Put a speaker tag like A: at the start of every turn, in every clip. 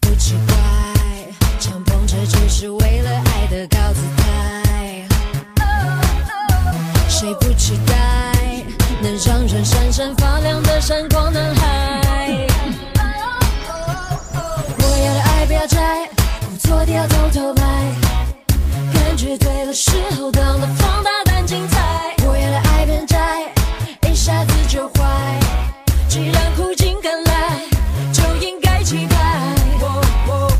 A: 不奇怪，敞篷车只是为了爱的高姿态。谁不期待能让人闪闪发亮的闪光男孩？我要的爱不要摘，工作掉偷偷拍，感觉对了时候懂得放大胆精彩。我要的爱变窄，一下子就坏。既然苦尽甘来，就应该期待。哦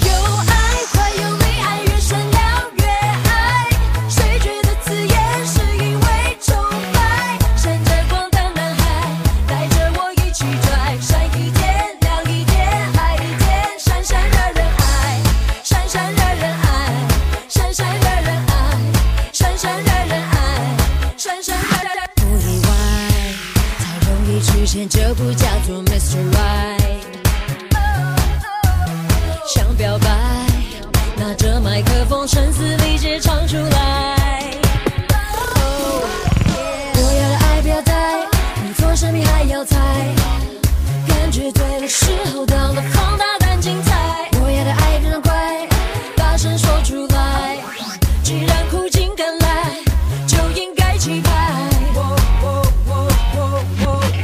A: 有爱快有力，爱越闪耀越爱。谁觉得刺眼，是因为崇拜。闪着光的男孩，带着我一起拽，闪一点，亮一点，爱一点，闪闪惹人爱，闪闪惹人爱，闪闪惹人爱，闪闪惹人爱，闪闪惹人爱。不意外，太容易出现就不叫做 Mr. Right。想表白，拿着麦克风声嘶力竭唱出来。Oh, 我要的爱不要带，你做什么还要猜，感觉对了时候懂得放大胆精彩。我要的爱别让怪，大声说出来，既然苦尽甘来，就应该期待。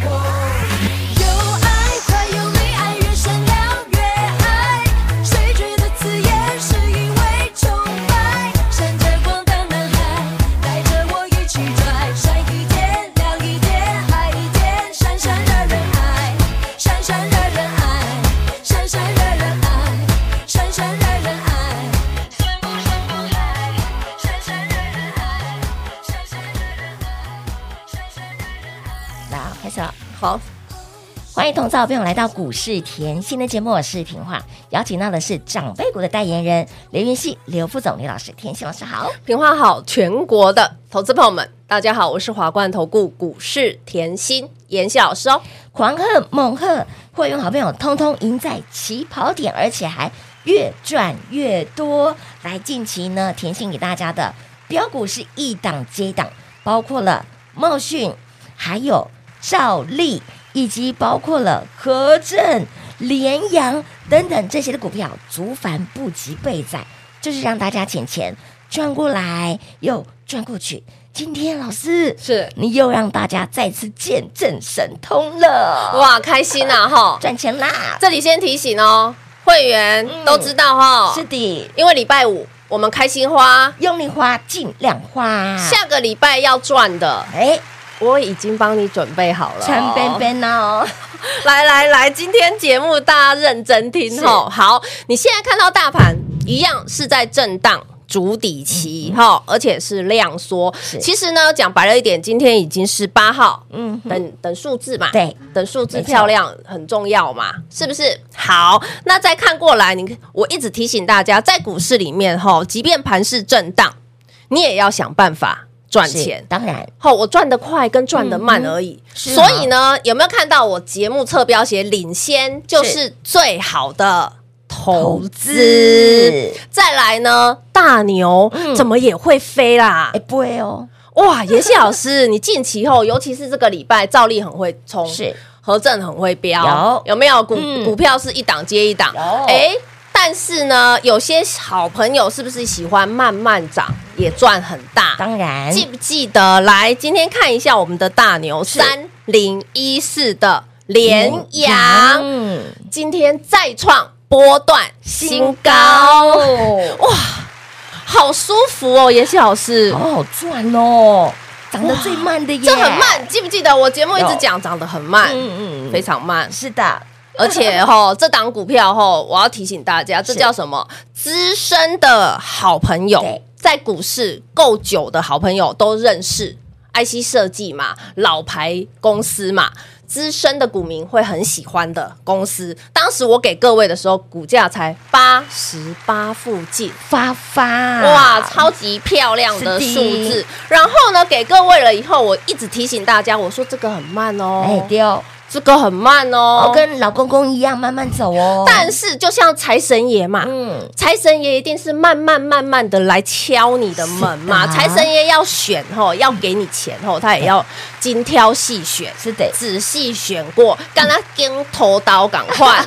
A: 有爱快有力，爱越闪耀越爱。谁觉得刺眼，是因为崇拜。闪着光的男孩，带着我一起拽，闪一点，亮一点，爱一点，闪闪惹人爱，闪闪惹人爱，闪闪惹人爱，闪闪惹人爱，闪不闪不爱，闪闪惹人爱，闪闪惹人爱，闪闪惹人爱。
B: 来啊，开始了，好。欢迎同道朋友来到股市甜心的节目，我是平化，邀请到的是长辈股的代言人刘云熙、刘副总、刘老师，甜心老师好。
C: 平话好，全国的投资朋友们，大家好，我是华冠投顾股市甜心妍希老师哦。
B: 狂贺猛贺，会员好朋友通通赢在起跑点，而且还越赚越多。来，近期呢，甜心给大家的标股是一档接一档，包括了茂讯，还有兆利，以及包括了和正、联阳等等这些的股票，足繁不及备载，就是让大家钱钱转过来又转过去。今天老师
C: 是
B: 呃你又让大家再次见证神通了，哇，
C: 哇，开心啊哈！
B: 赚钱啦！
C: 这里先提醒哦，会员
B: 嗯
C: 都知道哈，
B: 是的，
C: 因为礼拜五我们开心花，
B: 用力花尽量花，
C: 下个礼拜要赚的，
B: 哎，
C: 嗯我已经帮你准备好了哦。
B: 穿边边哦，
C: 来来来，今天节目大家认真听吼。好，你现在看到大盘一样是在震荡。主底期哈，而且是量缩
B: 嗯是。
C: 其实呢，讲白了一点，今天已经是八号，
B: 嗯哼，
C: 等等数字嘛，
B: 对，
C: 等数字
B: 没错
C: 漂亮很重要嘛，是不是？好，那再看过来，你我一直提醒大家，在股市里面吼，即便盘势震荡，你也要想办法赚
B: 是
C: 钱。
B: 当然
C: 好，我赚得快跟赚得慢而已。
B: 是啊
C: 所以呢，有没有看到我节目侧标写领先就是最好的投资？再来呢，大牛、
B: 嗯
C: 怎么也会飞啦
B: 哎？不会哦，
C: 哇，妍希老师，你近期后，尤其是这个礼拜，照例很会冲，
B: 是
C: 和正很会飙，
B: 有
C: 没有股、
B: 嗯
C: 股票是一档接一档？
B: 有
C: 哎，但是呢，有些好朋友是不是喜欢慢慢涨，也赚很大？
B: 当然
C: 记不记得？来，今天看一下我们的大牛三零一四的联阳，
B: 嗯
C: 今天再创波段新高，哇，好舒服哦，妍希老师。
B: 好好赚哦，涨得最慢的耶，
C: 这很，慢，记不记得我节目一直
B: 有
C: 讲涨得很慢，
B: 嗯
C: 非常慢。
B: 是的，
C: 而且吼，这档股票吼，我要提醒大家，这叫什么？资深的好朋友
B: 对，
C: 在股市够久的好朋友都认识。IC 设计嘛，老牌公司嘛，资深的股民会很喜欢的公司。当时我给各位的时候，股价才八十八附近。
B: 发发
C: 哇，超级漂亮的
B: 啊是的
C: 数字！然后呢，给各位了以后，我一直提醒大家，我说这个很慢
B: 哎
C: 哦，
B: 丢，
C: 这个很慢哦
B: 我，跟老公公一样慢慢走哦。
C: 但是就像财神爷嘛，
B: 嗯，
C: 财神爷一定是慢慢慢慢的来敲你的门嘛。
B: 是的
C: 财神爷要选吼，要给你钱吼，他也要精挑细选，
B: 是的，
C: 仔细选过，跟他跟头刀赶 快，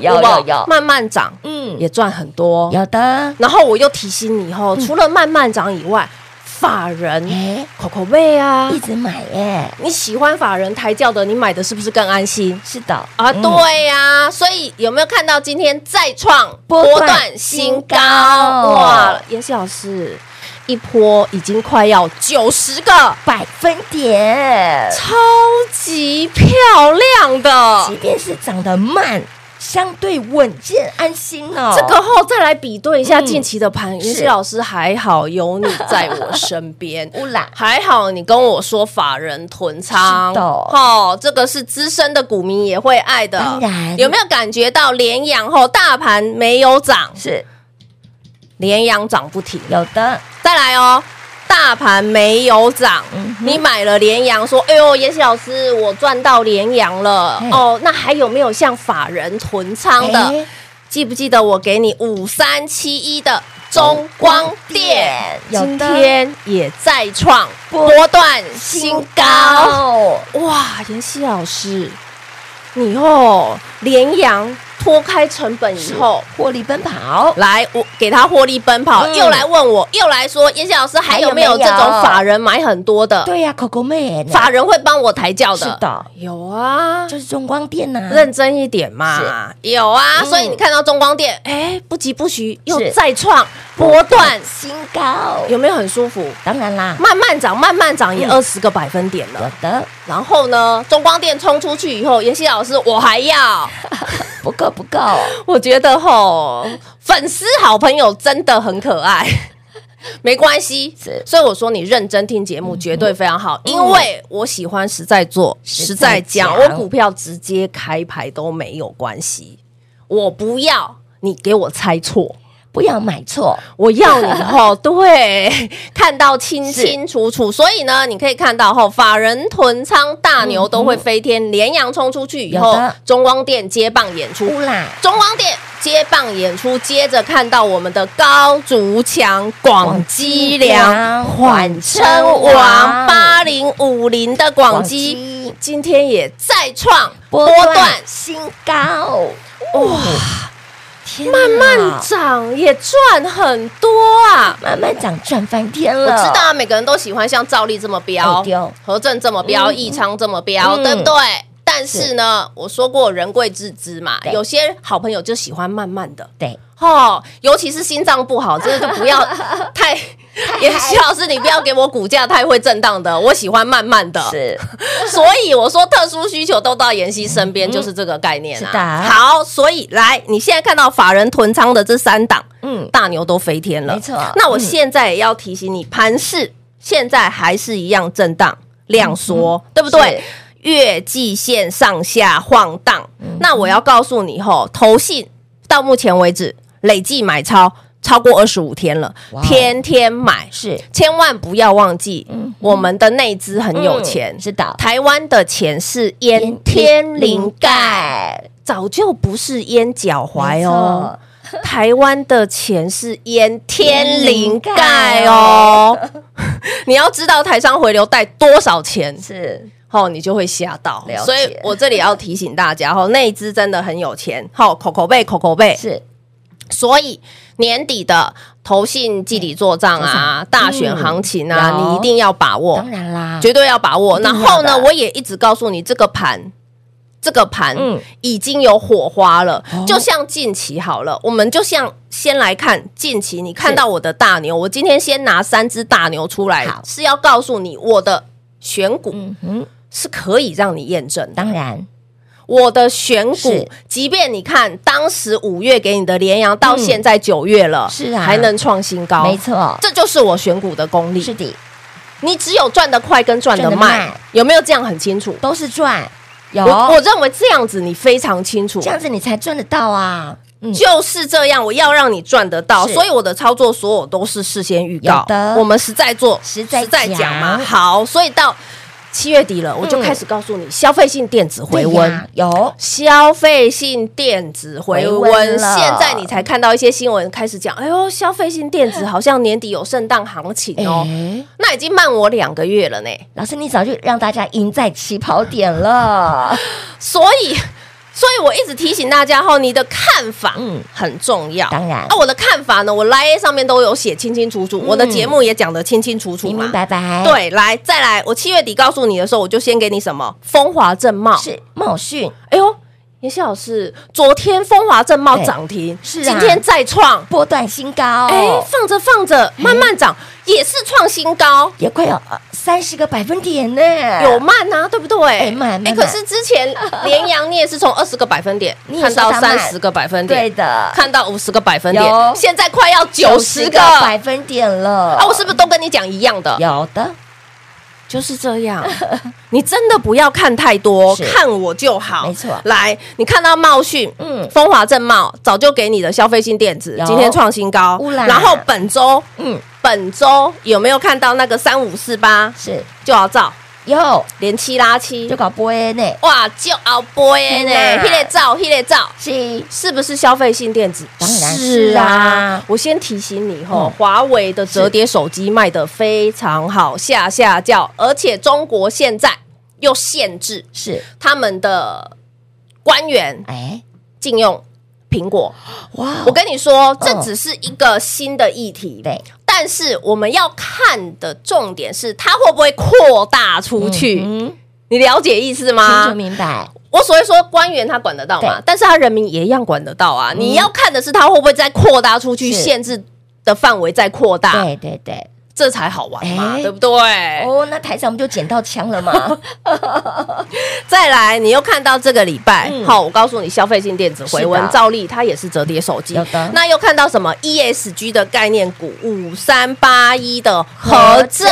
B: 有
C: 有没
B: 有有，
C: 慢慢涨
B: 嗯，
C: 也赚很多。
B: 有的，
C: 然后我又提醒你吼，
B: 嗯
C: 除了慢慢涨以外，法人
B: 哎，
C: 口口贝啊
B: 一，直买耶，
C: 你喜欢法人抬轿的，你买的是不是更安心？
B: 是的
C: 啊，
B: 嗯
C: 对呀、所以有没有看到今天再创
B: 波
C: 波
B: 段
C: 段新高？
B: 新高
C: 哇，妍希老师一波已经快要九十个，
B: 百分点，
C: 超级漂亮的
B: 即。便是长得慢，相对稳健安心哦。
C: 这个后再来比对一下
B: 嗯
C: 近期的盘，妍希
B: 是。
C: 老师还好有你在我身边
B: 乌啦，
C: 还好你跟我说法人囤仓，
B: 是的
C: 哦，这个是资深的股民也会爱的。
B: 当然
C: 有没有感觉到连阳后大盘没有涨，
B: 是
C: 连阳涨不停。
B: 有的，
C: 再来哦，大盘没有涨，
B: 嗯哼
C: 你买了连阳，说，哎呦，妍希老师，我赚到连阳了
B: 嘿。
C: 哦，那还有没有像法人囤仓的？
B: 哎
C: 记不记得我给你五三七一的中光电，
B: 哦有
C: 今
B: 的
C: 天也再创
B: 波
C: 波段新高。
B: 哦，
C: 哇，妍希老师，你哦，连阳脱开成本以后。
B: 获利奔跑，
C: 来，我给他获利奔跑，
B: 嗯
C: 又来问我，又来说，叶谢老师还有没有这
B: 还有没有
C: 种法人买很多的，
B: 对呀，狗狗妹，
C: 法人会帮我抬轿
B: 是
C: 的？，
B: 的，
C: 有啊，
B: 就是中光电呐，
C: 认真一点嘛，有啊。
B: 嗯
C: 所以你看到中光电，哎，不急不徐又
B: 是
C: 再创波段，
B: 新高，
C: 有没有很舒服？
B: 当然啦，
C: 慢慢涨，慢慢涨也
B: 嗯
C: 二十个百分点了。
B: 有的
C: 然后呢，中光电冲出去以后，妍希老师我还要，
B: 不够不够，
C: 我觉得吼，粉丝好朋友真的很可 爱。没关系
B: 是，嗯
C: 所以我说你认真听节目绝对非常好，因为我喜欢实在做、
B: 实
C: 实
B: 在
C: 在
B: 讲
C: 讲，我股票直接开牌都没有关系，我不要你给我猜错，
B: 不要买错，
C: 我要你 后对看到清清楚楚，所以呢，你可以看到后法人囤仓大牛都会飞天，连阳冲出去以
B: 嗯有
C: 后
B: 的，嗯
C: 中光电接棒演出，
B: 乌啦，
C: 中光电接棒演出，接着看到我们的高竹强、广积粮、
B: 缓
C: 称王八零五零的广基，
B: 机
C: 今天也再创波
B: 波
C: 段
B: 段，新高，
C: 哇，
B: 天哪
C: 慢慢涨也赚很多啊！
B: 慢慢涨赚翻天
C: 我
B: 了，
C: 知道啊每个人都喜欢像赵丽这么
B: 哎
C: 标
B: 对哦，
C: 何正这么标，
B: 嗯
C: 义昌这么标，
B: 嗯
C: 对不对？但是呢，我说过人贵自知嘛，
B: 对
C: 有些好朋友就喜欢慢慢的。
B: 对，
C: 哦，尤其是心脏不好，真的就 不要太。也许老师，你不要给我股价太会震荡的，我喜欢慢慢的。
B: 是
C: 所以我说特殊需求都到妍希身边，就是这个概念
B: 嗯是的
C: 啊。好，所以来，你现在看到法人囤仓的这三档
B: 嗯，
C: 大牛都飞天了，
B: 没错
C: 那我
B: 嗯
C: 现在也要提醒你，盘市现在还是一样震荡量
B: 嗯
C: 缩，对不对？月季线上下晃荡。
B: 嗯
C: 那我要告诉你吼，投信到目前为止累计买超超过二十五天了
B: 哇哦，
C: 天天买，
B: 是嗯
C: 千万不要忘记，我们的内资很有钱
B: 嗯，是的，
C: 台湾的钱是淹天灵盖，早就不是淹脚踝哦。台湾的钱是淹天灵盖哦， 你要知道台商回流带多少钱，
B: 是
C: 哦，你就会吓到
B: 了解。
C: 所以我这里要提醒大家，哦，内资真的很有钱，哦，口口贝，口口贝，
B: 是
C: 所以年底的投信季底做账啊，大选行情啊，
B: 有
C: 你一定要把握
B: 当，然啦，
C: 绝对要把握。
B: 啊一定要
C: 然
B: 的
C: 后呢，我也一直告诉你，这个盘，这个盘
B: 嗯
C: 已经有火花了。
B: 哦
C: 就像近期好了，我们就像先来看近期，你看到我的大牛，我今天先拿三只大牛出来
B: 好，
C: 是要告诉你我的选股
B: 嗯哼，
C: 是可以让你验证的。
B: 当然
C: 我的选股
B: 是，
C: 即便你看当时五月给你的联阳，到现在九月了，
B: 嗯是啊
C: 还能创新高，
B: 没，错，
C: 这就是我选股的功力
B: 是。的，
C: 你只有赚得快跟赚得
B: 赚得
C: 慢
B: 慢，
C: 有没有这样很清楚？
B: 都是赚，有
C: 我我认为这样子你非常清楚
B: 这，样子你才赚得到啊。嗯，
C: 就是这样，我要让你赚得到，
B: 是
C: 所以我的操作所有都是事先预告
B: 有的
C: 我们实在做，
B: 实在
C: 讲嘛。
B: 讲
C: 好，所以到七月底了，我就
B: 嗯
C: 开始告诉你，消费性电子回
B: 对
C: 温。
B: 呀有
C: 消费性电子回
B: 回温
C: 温，
B: 了
C: 现在你才看到一些新闻开始讲，哎呦，消费性电子好像年底有圣诞行情哦，
B: 哎，嗯
C: 那已经慢我两个月了呢。
B: 老师，你早就让大家赢在起跑点 了。
C: 所以，所以我一直提醒大家哈，你的看法
B: 嗯
C: 很重要。
B: 当然
C: 啊，我的看法呢，我来 A 上面都有写清清楚楚，我的节目也讲得清清楚楚
B: 嗯明
C: 嘛。
B: 明白白，，
C: 对，来再来，我七月底告诉你的时候，我就先给你什么风华正茂。
B: 是茂讯
C: 哎呦，妍希老师，昨天风华正茂涨停，
B: 是啊哦
C: 今天再创，
B: 波段新高，
C: 哎、放着放
B: 哎
C: 着慢慢涨，也是创新高。
B: 也快有呃三十个百分点呢，
C: 有慢啊，对不对？哎
B: 哎慢慢慢
C: 可是之前联阳你也是从二十个百分点
B: 你也
C: 看到
B: 说它慢
C: 三十个百分点
B: 对，的，
C: 看到五十个百分
B: 有
C: 点，现在快要九十
B: 90
C: 个
B: 百分点了。
C: 啊！我是不是都跟你讲一样的？
B: 有的？
C: 就是这 样，你真的不要看太多，
B: 是
C: 看我就好。
B: 没错
C: 来，你看到茂讯，
B: 嗯
C: 嗯，风华正茂早就给你的消费性电子
B: 有
C: 今天创新高
B: 乌，兰
C: 然后本周，
B: 嗯，
C: 本周有没有看到那个三五四八
B: 是
C: 就要照
B: 有
C: 连七拉七
B: 就？搞波恩呢，
C: 哇，就熬波耶呢
B: 天，哪
C: 迄个照，迄个照。
B: 是
C: 是不是消费性电子？
B: 当然是
C: 是
B: 啊
C: 啊！我先提醒你吼
B: 嗯，
C: 华为的折叠手机卖得非常好，下下叫，而且中国现在又限制
B: 是，
C: 他们的官员
B: 哎，
C: 禁用苹果。
B: 哇哦
C: 我跟你说，这只是一个新的议题。
B: 对，
C: 但是我们要看的重点是，它会不会扩大出去？啊
B: 嗯，
C: 你了解意思吗？
B: 清楚明白，
C: 我所谓说官员他管得到嘛
B: 对，嗯
C: 但是他人民也一样管得到啊。你要看的是他会不会再扩大出去，
B: 是
C: 限制的范围再扩大，
B: 对对对。
C: 这才好玩嘛，
B: 哎
C: 对不对？
B: 哦，那台上我们就捡到枪了 嘛？
C: 再来，你又看到这个礼拜
B: 嗯，
C: 好，我告诉你，消费性电子回
B: 是
C: 温
B: 的，
C: 照例它也是折叠手机
B: 有的。
C: 那又看到什么 ESG 的概念股五三八一的和正，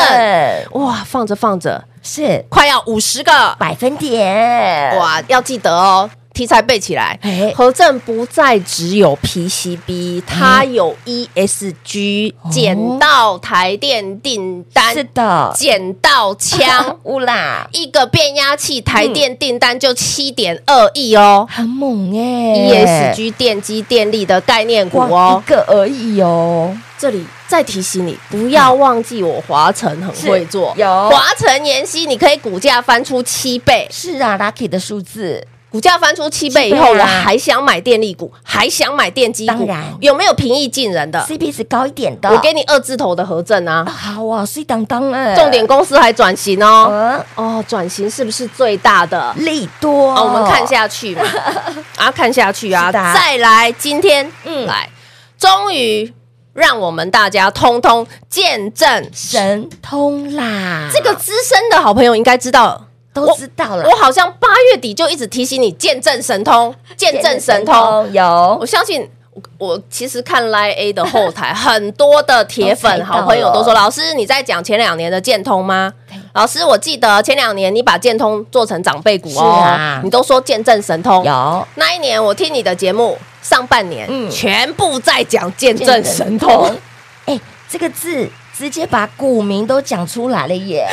C: 哇，放着放着，
B: 是
C: 快要五十个，
B: 百分点，
C: 哇，要记得哦，题材背起来
B: 哎。
C: 核证不再只有 PCB，它有 E ESG，捡到台电订单
B: 是，的，，
C: 捡到枪
B: 乌啦，
C: 一个变压器台电订单就七点二亿哦。
B: 很猛
C: 嗯 E
B: 哎
C: ESG 电机电力的概念股
B: 光
C: 哦
B: 一，个而已哦，
C: 这里再提醒你，不要忘记我华晨很会做，
B: 是有
C: 华晨妍希，你可以股价翻出七倍，
B: 是啊，lucky 的数字
C: 股价翻出七倍以
B: 七倍啊
C: 后，我还想买电力股，还想买电机
B: 当
C: 股
B: 然，
C: 有没有平易近人的？
B: ，CP 值高一点的，
C: 我给你二字头的合正啊，
B: 好啊，碎当当哎，
C: 重点公司还转型哦，
B: 呃，
C: 哦，转型是不是最大的？
B: 利多，
C: 哦，我们看下 去嘛，啊，看下去啊，
B: 是的啊
C: 再来，今天
B: 嗯
C: 嗯，来，终于让我们大家通通见证
B: 神通啦，
C: 这个资深的好朋友应该知道。
B: 都知道了
C: 我，好像八月底就一直提醒你见证神通，见证神通，
B: 有
C: 我相信。我我其实看 Line A 的后台， 很多的铁
B: 都猜
C: 粉、
B: 到
C: 好朋友都说：“
B: 了
C: 老师，你在讲前两年的建通吗
B: 对？”
C: 老师，我记得前两年你把建通做成长辈股
B: 是
C: 哦，
B: 啊
C: 你都说见证神通。
B: 有
C: 那一年我听你的节目，上半年、
B: 嗯
C: 全部在讲见证神通，，
B: 哎，这个字直接把股民都讲出来了耶，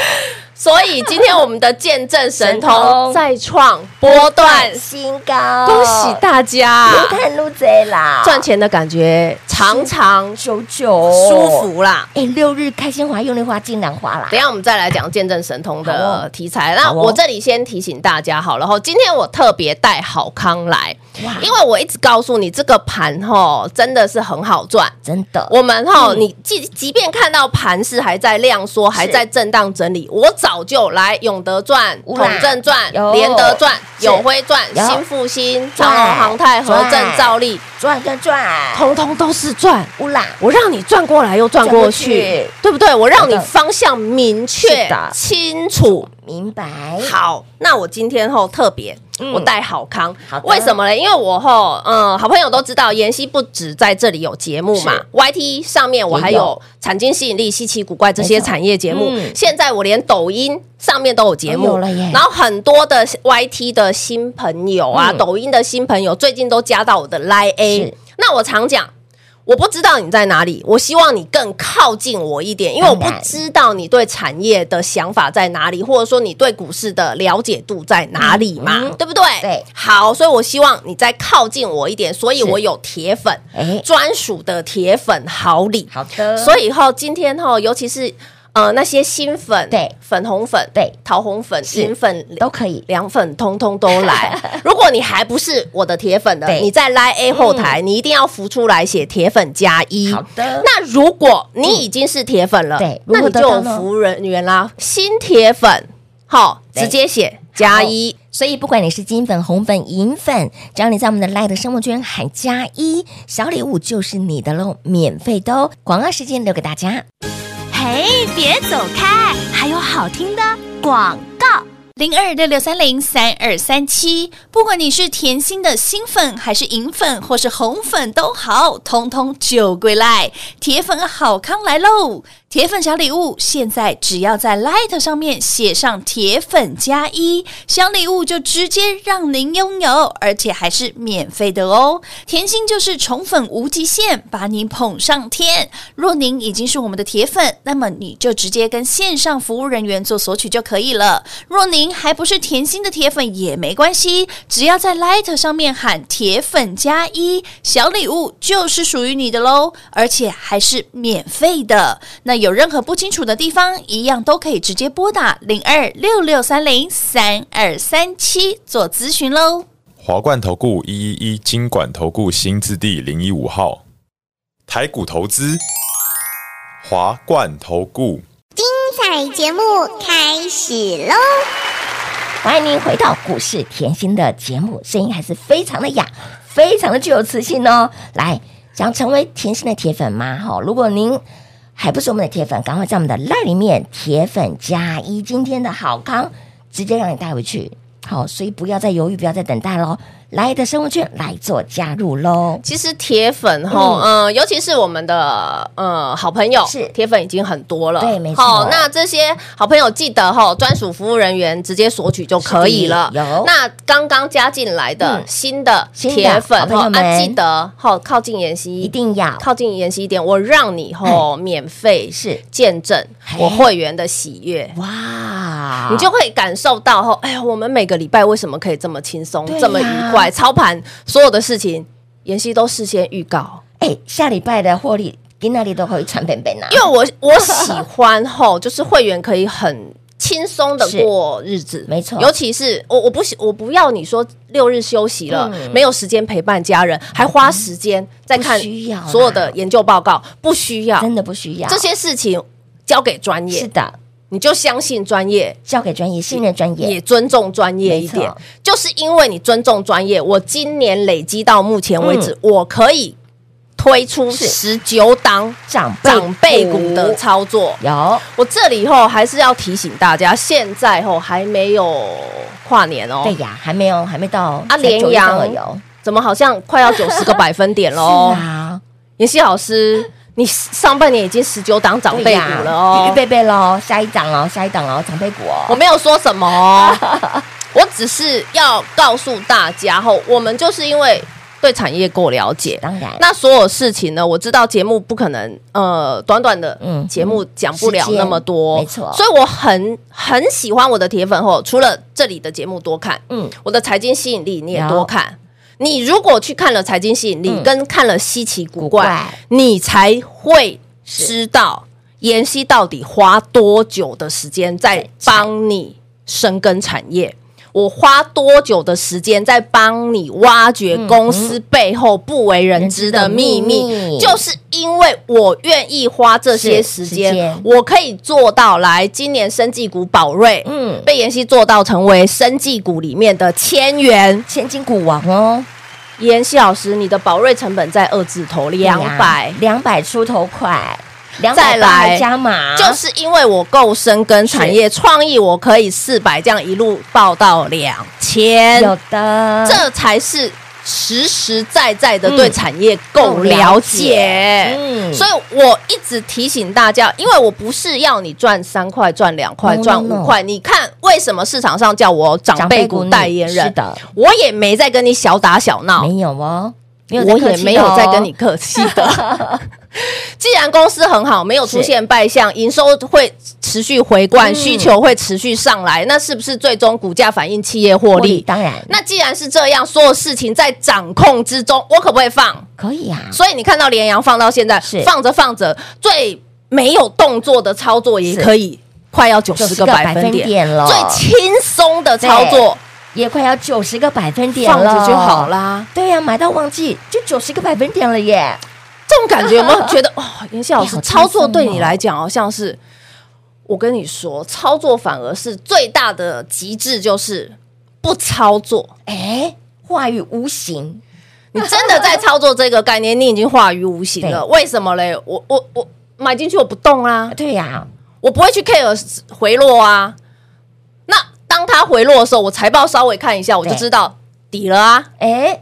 C: 所以今天我们的见证神
B: 神通
C: 通再创波段，
B: 新高，
C: 恭喜大家
B: 撸碳撸贼啦，
C: 赚钱的感觉，常常
B: 九九，
C: 舒。服啦。
B: 哎，六日开心花、用力花、金兰花啦
C: 等一，下我们再来讲见证神通
B: 好哦
C: 的题材。
B: 好
C: 那
B: 哦
C: 我这里先提醒大家好了哈，今天我特别带好康来，
B: 哇
C: 因为我一直告诉你这个盘哈真的是很好赚。
B: 真的，
C: 我们哈，
B: 嗯
C: 你即即便看到盘势还在量缩，还在震荡整理，我早就来永德赚、
B: 乌
C: 统
B: 啦
C: 正赚
B: 有、
C: 联德赚、
B: 是
C: 友辉赚、
B: 有
C: 新复兴、
B: 赚
C: 长荣航太、和正
B: 赚、
C: 兆利，
B: 赚赚赚，
C: 通通都是赚。
B: 乌啦，
C: 我让你转过来又转
B: 转
C: 过去，
B: 过去
C: 对不对？我让你
B: 好的
C: 方向明确
B: 是的、
C: 清楚，
B: 明白。
C: 好，那我今天吼特别，
B: 嗯
C: 我带好康
B: 好，的
C: 为什么呢？因为我吼，嗯，好朋友都知道，妍希不止在这里有节目嘛
B: 是
C: ，YT 上面我还
B: 也有
C: 有产经吸引力、稀奇古怪这
B: 没
C: 些
B: 错
C: 产业节目
B: 嗯，
C: 现在我连抖音上面都有节
B: 都
C: 目
B: 有了耶
C: 然后很多的 YT 的新朋友啊，
B: 嗯
C: 抖音的新朋友最近都加到我的 Line
B: 是
C: A，那我常讲。我不知道你在哪里，我希望你更靠近我一点，因为我不
B: 当然
C: 知道你对产业的想法在哪里，或者说你对股市的了解度在哪里嘛，
B: 嗯嗯
C: 对不对？
B: 对
C: 好，所以我希望你再靠近我一点，所以
B: 是
C: 我有铁粉
B: 哎，
C: 专属的铁粉好礼。
B: 好的，
C: 所以后今天哈，尤其是呃那些新粉，
B: 对
C: 粉红粉，
B: 对
C: 桃红粉、
B: 是
C: 银粉
B: 都可以。
C: 凉粉通通都 来。如果你还不是我的铁粉的，
B: 对嗯
C: 你在 Line A 后台，你一定要浮出来写铁粉加一。
B: 好的
C: 那如果你已经是铁粉了，
B: 嗯对
C: 那
B: 如何
C: 你
B: 得
C: 就
B: 到
C: 有
B: 呢
C: 服务人员啦。新铁粉，好，
B: 对
C: 直接写加一。
B: 所以不管你是金粉、红粉、银粉，只要你在我们的 Light 生活圈喊加一，小礼物就是你的喽，免费的哦。广告时间留给大家。
D: 嘿，别走开，还有好听的广告。零二六六三零三二三七，不管你是甜心的新粉，还是银粉，或是红粉都好，通通就归来。铁粉好康来喽！铁粉小礼物现在只要在 Light 上面写上“铁粉加一”，小礼物就直接让您拥有，而且还是免费的哦。甜心就是宠粉无极限，把你捧上天。若您已经是我们的铁粉，那么你就直接跟线上服务人员做索取就可以了。若您还不是甜心的铁粉也没关系，只要在 Light 上面喊“铁粉加一”，小礼物就是属于你的喽，而且还是免费的。那有任何不清楚的地方，一样都可以直接拨打零二六六三零三二三七做咨询喽。
E: 华冠投顾一一一金管投顾新字第零一五号，台股投资，华冠投顾。
F: 彩节目开始喽！
B: 欢迎您回到股市甜心的节目，声音还是非常的雅，非常的具有磁性哦。来，想成为甜心的铁粉吗？哈，如果您还不是我们的铁粉，赶快在我们的 line 里面铁粉加一，今天的好康直接让你带回去。好，所以不要再犹豫，不要再等待喽，来的生活圈来做加入喽。
C: 其实铁粉哈，嗯、尤其是我们的呃好朋友，
B: 是
C: 铁粉已经很多了，
B: 对没错
C: 齁那这些好朋友记得哈，齁专属服务人员直接索取就可以了。
B: 是的有
C: 那刚刚加进来的
B: 嗯
C: 新的
B: 新的
C: 铁粉
B: 好朋友
C: 齁
B: 们
C: 啊，记得哈，齁靠近妍希，
B: 一定要
C: 靠近妍希一点，我让你哈免费
B: 是
C: 见证
B: 嘿
C: 我会员的喜悦。
B: 哇，
C: 你就会感受到吼，哎呀，我们每个礼拜为什么可以这么轻松
B: 对呀、
C: 这么愉快？操盘所有的事情，妍希都事先预告，
B: 哎，下礼拜的获利，跟那里都可以传本本啊
C: 因。为我我喜欢 吼，就是会员可以很。轻松的
B: 是
C: 过日子，
B: 没错
C: 尤其是我，我不喜，我不要你说六日休息了，
B: 嗯
C: 没有时间陪伴家人，还花时间在看
B: 不需要啦
C: 所有的研究报告，不需要
B: 真的不需要
C: 这些事情交给专
B: 是
C: 业，
B: 的，
C: 你就相信专业，
B: 交给专业，信任专业
C: 也尊重专业一
B: 没
C: 点
B: 错。
C: 就是因为你尊重专业，我今年累积到目前为止，我可以推出
B: 嗯是
C: 十九档
B: 长辈
C: 长辈股的操作。
B: 有
C: 我这里吼还是要提醒大家，现在吼还没有跨年哦，
B: 对呀，还没有，还没到才
C: 啊
B: 9月份
C: 连阳
B: 而有
C: 怎么好像快要九十个百分点 喽
B: 是？啊，
C: 妍希老师，你上半年已经十九档长辈股了哦，
B: 预备备喽，下一档哦，下一档哦，长辈股
C: 我
B: 哦，
C: 没有说什么 哦，我只是要告诉大家吼，我们就是因为对产业够了解。
B: 当然
C: 那所有事情呢？我知道节目不可能，呃，短短的
B: 嗯
C: 节目讲不了
B: 时间
C: 那么多，
B: 没错
C: 所以我很很喜欢我的铁粉吼，除了这里的节目多看，
B: 嗯，
C: 我的财经吸引力你也
B: 有
C: 多看。你如果去看了财经吸引力，
B: 嗯
C: 跟看了稀奇古怪，
B: 古怪
C: 你才会知道妍希到底花多久的时间在帮你深耕产业。我花多久的时间在帮你挖掘公司背后不为人知的秘
B: 人知的秘密
C: 密？就是因为我愿意花这些
B: 是
C: 时
B: 时
C: 间
B: 间，
C: 我可以做到。来，今年生技股宝瑞，
B: 嗯
C: 被妍希做到成为生技股里面的千元。
B: 千金股王哦，
C: 妍希老师，你的宝瑞成本在二字头，两百、
B: 两百出头快，两
C: 再
B: 百八
C: 来
B: 还加码，
C: 就是因为我够深耕产业创意，我可以四百这样一路报到两千，
B: 有的，
C: 这才是实实在在的对产业够了解。
B: 够了解嗯
C: 所以我一直提醒大家，因为我不是要你赚三块、赚两块、
B: No,
C: 赚
B: no, no
C: 五块。你看为什么市场上叫我长辈股
B: 女
C: 代言
B: 是
C: 人？
B: 的，
C: 我也没在跟你小打小闹，
B: 没有哦，没有在
C: 我
B: 客
C: 也
B: 气
C: 没有
B: 哦
C: 在跟你客气的。 既然公司很好，没有出现败象，营收会持续回灌，
B: 嗯
C: 需求会持续上来，那是不是最终股价反映企业获利？
B: 当然
C: 那既然是这样，所有事情在掌控之中，我可不可以放？
B: 可以啊，
C: 所以你看到联阳放到现在
B: 是，
C: 放着放着，最没有动作的操作也
B: 是
C: 可以快要九十
B: 90
C: 个百分点，
B: 了，
C: 最轻松的操作
B: 也快要九十个百分点
C: 放
B: 了，
C: 着就好。啦。
B: 对呀、买到忘记就九十个百分点了耶，
C: 这种感觉有没有觉得？哇、 妍希老
B: 哎
C: 师
B: 好轻松
C: 操
B: 哦
C: 作对你来讲好像是，我跟你说，操作反而是最大的极致，就是不操作。
B: 哎，话语无形，
C: 你真的在操作这个概念，你已经化于无形了。为什么嘞？我我我买进去我不动啊，
B: 对呀、
C: 我不会去 care 回落啊。那当它回落的时候，我财报稍微看一下，我就
B: 对
C: 知道底了啊。
B: 哎，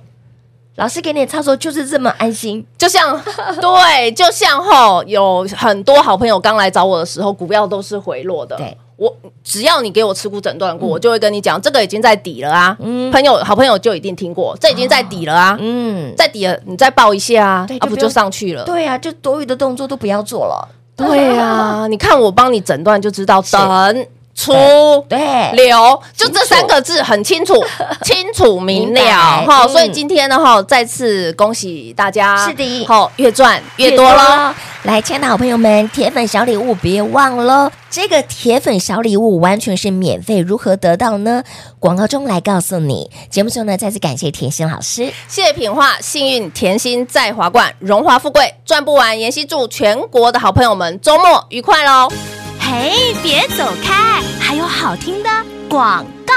B: 老师给你的操作就是这么安心，
C: 就像对，就像吼，有很多好朋友刚来找我的时候，股票都是回落的。
B: 对，
C: 我只要你给我持股诊断过，我就会跟你讲，这个已经在底了啊。
B: 嗯
C: 朋友好朋友就一定听过，这已经在底了啊，
B: 嗯，
C: 在底了，你再报一下啊
B: 对，就
C: 啊不
B: 不用
C: 就上去了？
B: 对呀、啊就多余的动作都不要做了，
C: 对啊，你看我帮你诊断就知道，等出。
B: 对，
C: 流就这三个字很 清楚，清楚明
B: 明
C: 了
B: 白
C: 哈，
B: 嗯
C: 所以今天呢哈，再次恭喜大家，
B: 是的
C: 好越赚越多喽。
B: 咯。来，亲爱的好朋友们，铁粉小礼物别忘喽！这个铁粉小礼物完全是免费，如何得到呢？广告中来告诉你。节目最后呢，再次感谢甜心老师。
C: 谢品画，幸运甜心在华冠，荣华富贵赚不完。妍希祝全国的好朋友们周末愉快喽！
D: 嘿，别走开，还有好听的广告。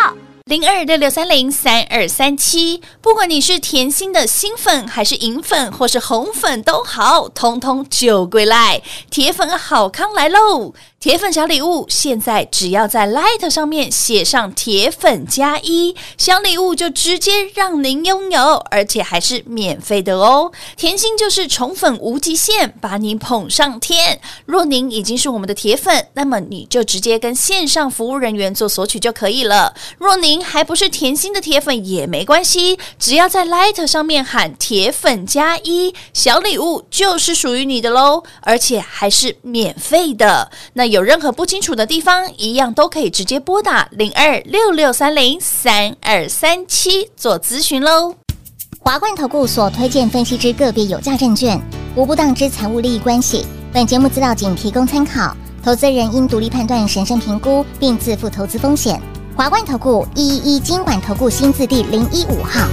D: 零二六六三零三二三七，不管你是甜心的新粉，还是银粉，或是红粉都好，通通就归来。铁粉好康来喽！铁粉小礼物现在只要在 Light 上面写上“铁粉加一”，小礼物就直接让您拥有，而且还是免费的哦。甜心就是宠粉无极限，把你捧上天。若您已经是我们的铁粉，那么你就直接跟线上服务人员做索取就可以了。若您还不是甜心的铁粉也没关系，只要在 Light 上面喊“铁粉加一”，小礼物就是属于你的喽，而且还是免费的。那有任何不清楚的地方，一样都可以直接拨打零二六六三零三二三七做咨询喽。
G: 华冠投顾所推荐分析之个别有价证券，无不当之财务利益关系。本节目资料仅提供参考，投资人应独立判断、审慎评估，并自负投资风险。华冠投顾一一一金管投顾新字第零一五号。